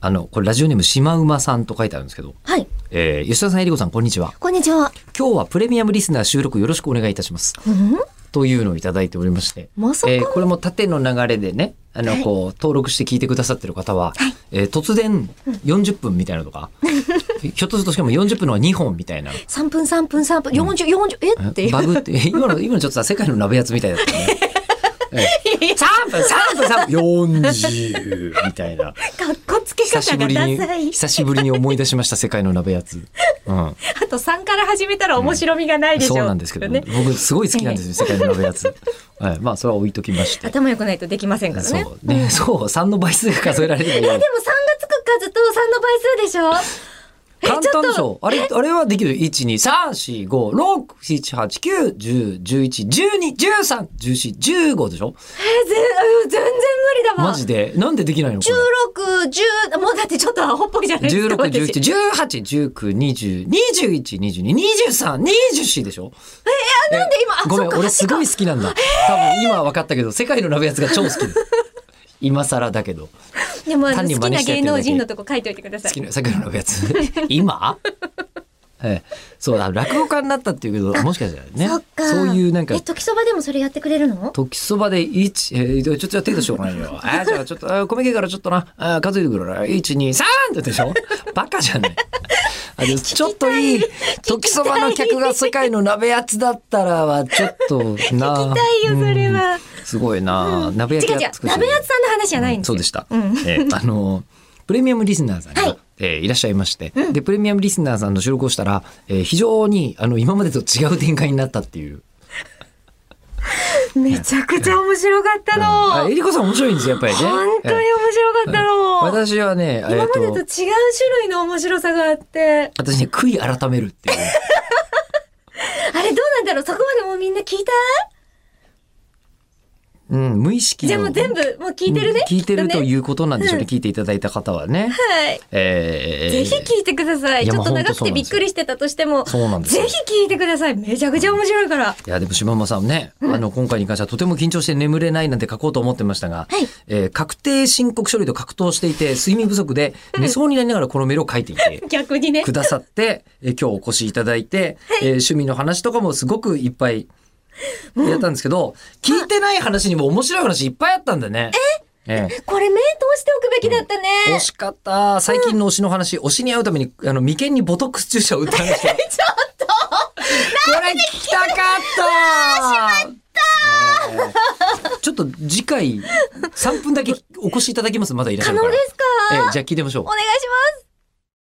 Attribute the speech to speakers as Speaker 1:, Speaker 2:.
Speaker 1: あの、これラジオネームシマウマさんと書いてあるんですけど、
Speaker 2: はい、
Speaker 1: えー、吉田さん、えりこさん、こんにちは。
Speaker 2: こんにちは。
Speaker 1: 今日はプレミアムリスナー収録よろしくお願いいたします。というのをいただいておりまして、
Speaker 2: まさか
Speaker 1: えーこれも縦の流れでね、あの、
Speaker 2: はい
Speaker 1: こう、登録して聞いてくださってる方は、えー突然40分みたいなのとか、ひょっとするとしかも40分のは2本みたいな。
Speaker 2: 3分3分3分4040、40えっていう。
Speaker 1: バグって、え今の、今のちょっとさ、世界の鍋やつみたいだったね。ええ3分3分3分40みたいな
Speaker 2: かっこつけ
Speaker 1: 久し
Speaker 2: 方
Speaker 1: ぶ
Speaker 2: が
Speaker 1: り
Speaker 2: ダ
Speaker 1: に
Speaker 2: サい。
Speaker 1: 久しぶりに思い出しました世界の鍋やつ、 うん、
Speaker 2: あと3から始めたら面白みがないでしょ、
Speaker 1: そうなんですけど、
Speaker 2: ね。
Speaker 1: 僕すごい好きなんですよ 世界の鍋やつ、はい、まあそれは置いときまして
Speaker 2: 頭良くないとできませんからね。
Speaker 1: そうね、そう3の倍数が数えられる
Speaker 2: え、で
Speaker 1: よ
Speaker 2: も3がつく数と3の倍数でしょえ、
Speaker 1: 簡
Speaker 2: ちょ
Speaker 1: 単
Speaker 2: っ
Speaker 1: でし
Speaker 2: と、
Speaker 1: ょあれあれはできる123456789101112131415でしょ
Speaker 2: え、ぜうん全然無理だわ。
Speaker 1: マジでなんでできないのこれ
Speaker 2: 16、10、もうだってちょっとアホっぽいじゃないですか。
Speaker 1: 16、
Speaker 2: 私
Speaker 1: 17、18、19、20、21、22、23、24でしょえ、
Speaker 2: なん で今あ
Speaker 1: ごめ
Speaker 2: そ
Speaker 1: ん、
Speaker 2: っか
Speaker 1: 俺すごい好き なんだ。多分今は分かったけど、世界のラブやつが超好きです。今更だけど。
Speaker 2: でもあの
Speaker 1: 単に真
Speaker 2: 好
Speaker 1: 似
Speaker 2: きな
Speaker 1: してやってるだけ
Speaker 2: 芸能人のとこ書いておいてくださ
Speaker 1: 好き
Speaker 2: い。
Speaker 1: な世界のラブやつ。 今ええ、そうだ、落語家になったっていうけど、もしかしたらね。
Speaker 2: そっか。
Speaker 1: そういうなんか
Speaker 2: え、、時そばでもそれやってくれるの
Speaker 1: 時そばで一えー、ちょっとやってるでしょうがないよ。あーじゃあちょっと、あー米系からちょっとな、あー数えてくるから、一二三ってでしょバカじゃねえ。あでもちょっといい、時そばの客が世界の鍋やつだったらは、ちょっとな。
Speaker 2: 聞きたいよ、それ
Speaker 1: うん
Speaker 2: は。
Speaker 1: すごいな、鍋
Speaker 2: 違う違
Speaker 1: 焼
Speaker 2: う、
Speaker 1: き
Speaker 2: 鍋
Speaker 1: や
Speaker 2: や
Speaker 1: つ
Speaker 2: つ
Speaker 1: 作
Speaker 2: さ
Speaker 1: って
Speaker 2: ん
Speaker 1: る
Speaker 2: の話じゃないんです
Speaker 1: そ
Speaker 2: よ。
Speaker 1: うでした。
Speaker 2: うん
Speaker 1: えーあのープレミアムリスナーさんが、
Speaker 2: はい
Speaker 1: えーいらっしゃいまして、でプレミアムリスナーさんの収録をしたら、えー非常にあの今までと違う展開になったっていう。
Speaker 2: めちゃくちゃ面白かった
Speaker 1: あ
Speaker 2: の。
Speaker 1: えりこさん面白いんですよやっぱりね。
Speaker 2: 本当に面白かったの。
Speaker 1: 私はね、え
Speaker 2: 今
Speaker 1: っ
Speaker 2: までと違う
Speaker 1: と、
Speaker 2: 種類の面白さがあって。
Speaker 1: 私ね、悔い改めるって いう。
Speaker 2: あれどうなんだろうそこまでもうみんな聞いた
Speaker 1: うん、無意識の
Speaker 2: じゃあもう全部もう聞いてるね。。
Speaker 1: 聞いてるといううことなんでしょうね。
Speaker 2: うん
Speaker 1: 聞いていただいた方はね。
Speaker 2: はい。
Speaker 1: えー
Speaker 2: ぜひ聞いてくださ
Speaker 1: い
Speaker 2: い。
Speaker 1: や
Speaker 2: ちょっと
Speaker 1: まあ本当
Speaker 2: 長
Speaker 1: そう
Speaker 2: く
Speaker 1: な
Speaker 2: て
Speaker 1: んで
Speaker 2: び
Speaker 1: す
Speaker 2: っ
Speaker 1: よ
Speaker 2: くりしてたとしても、ぜ
Speaker 1: そうなんですよ
Speaker 2: ひ聞いてください。めちゃくちゃ面白いから。
Speaker 1: いやでも島間さんね、あの今回に関してはとても緊張して眠れないなんて書こうと思ってましたが、
Speaker 2: はい
Speaker 1: えー確定申告書類と格闘していて睡眠不足で寝そうになりながらこのメールを書いていて。
Speaker 2: 逆にね
Speaker 1: く。ださって、えー今日お越しいただいて、えー趣味の話とかもすごくいっぱいやったんですけど、聞いてない話にも面白い話いっぱいあったんだね。ええ
Speaker 2: これ目通しておくべきだったね。
Speaker 1: 惜しかった。最近の推しの話、推しに会うために、あの、眉間にボトックス注射を打ったんです ちょっとこれ聞きたかったええちょっと次回、3分だけお越しいただきます。まだいらっしゃ
Speaker 2: 可
Speaker 1: るか
Speaker 2: 能
Speaker 1: ら。
Speaker 2: ですか
Speaker 1: ええじゃあ聞いてみましょう
Speaker 2: お。願いします。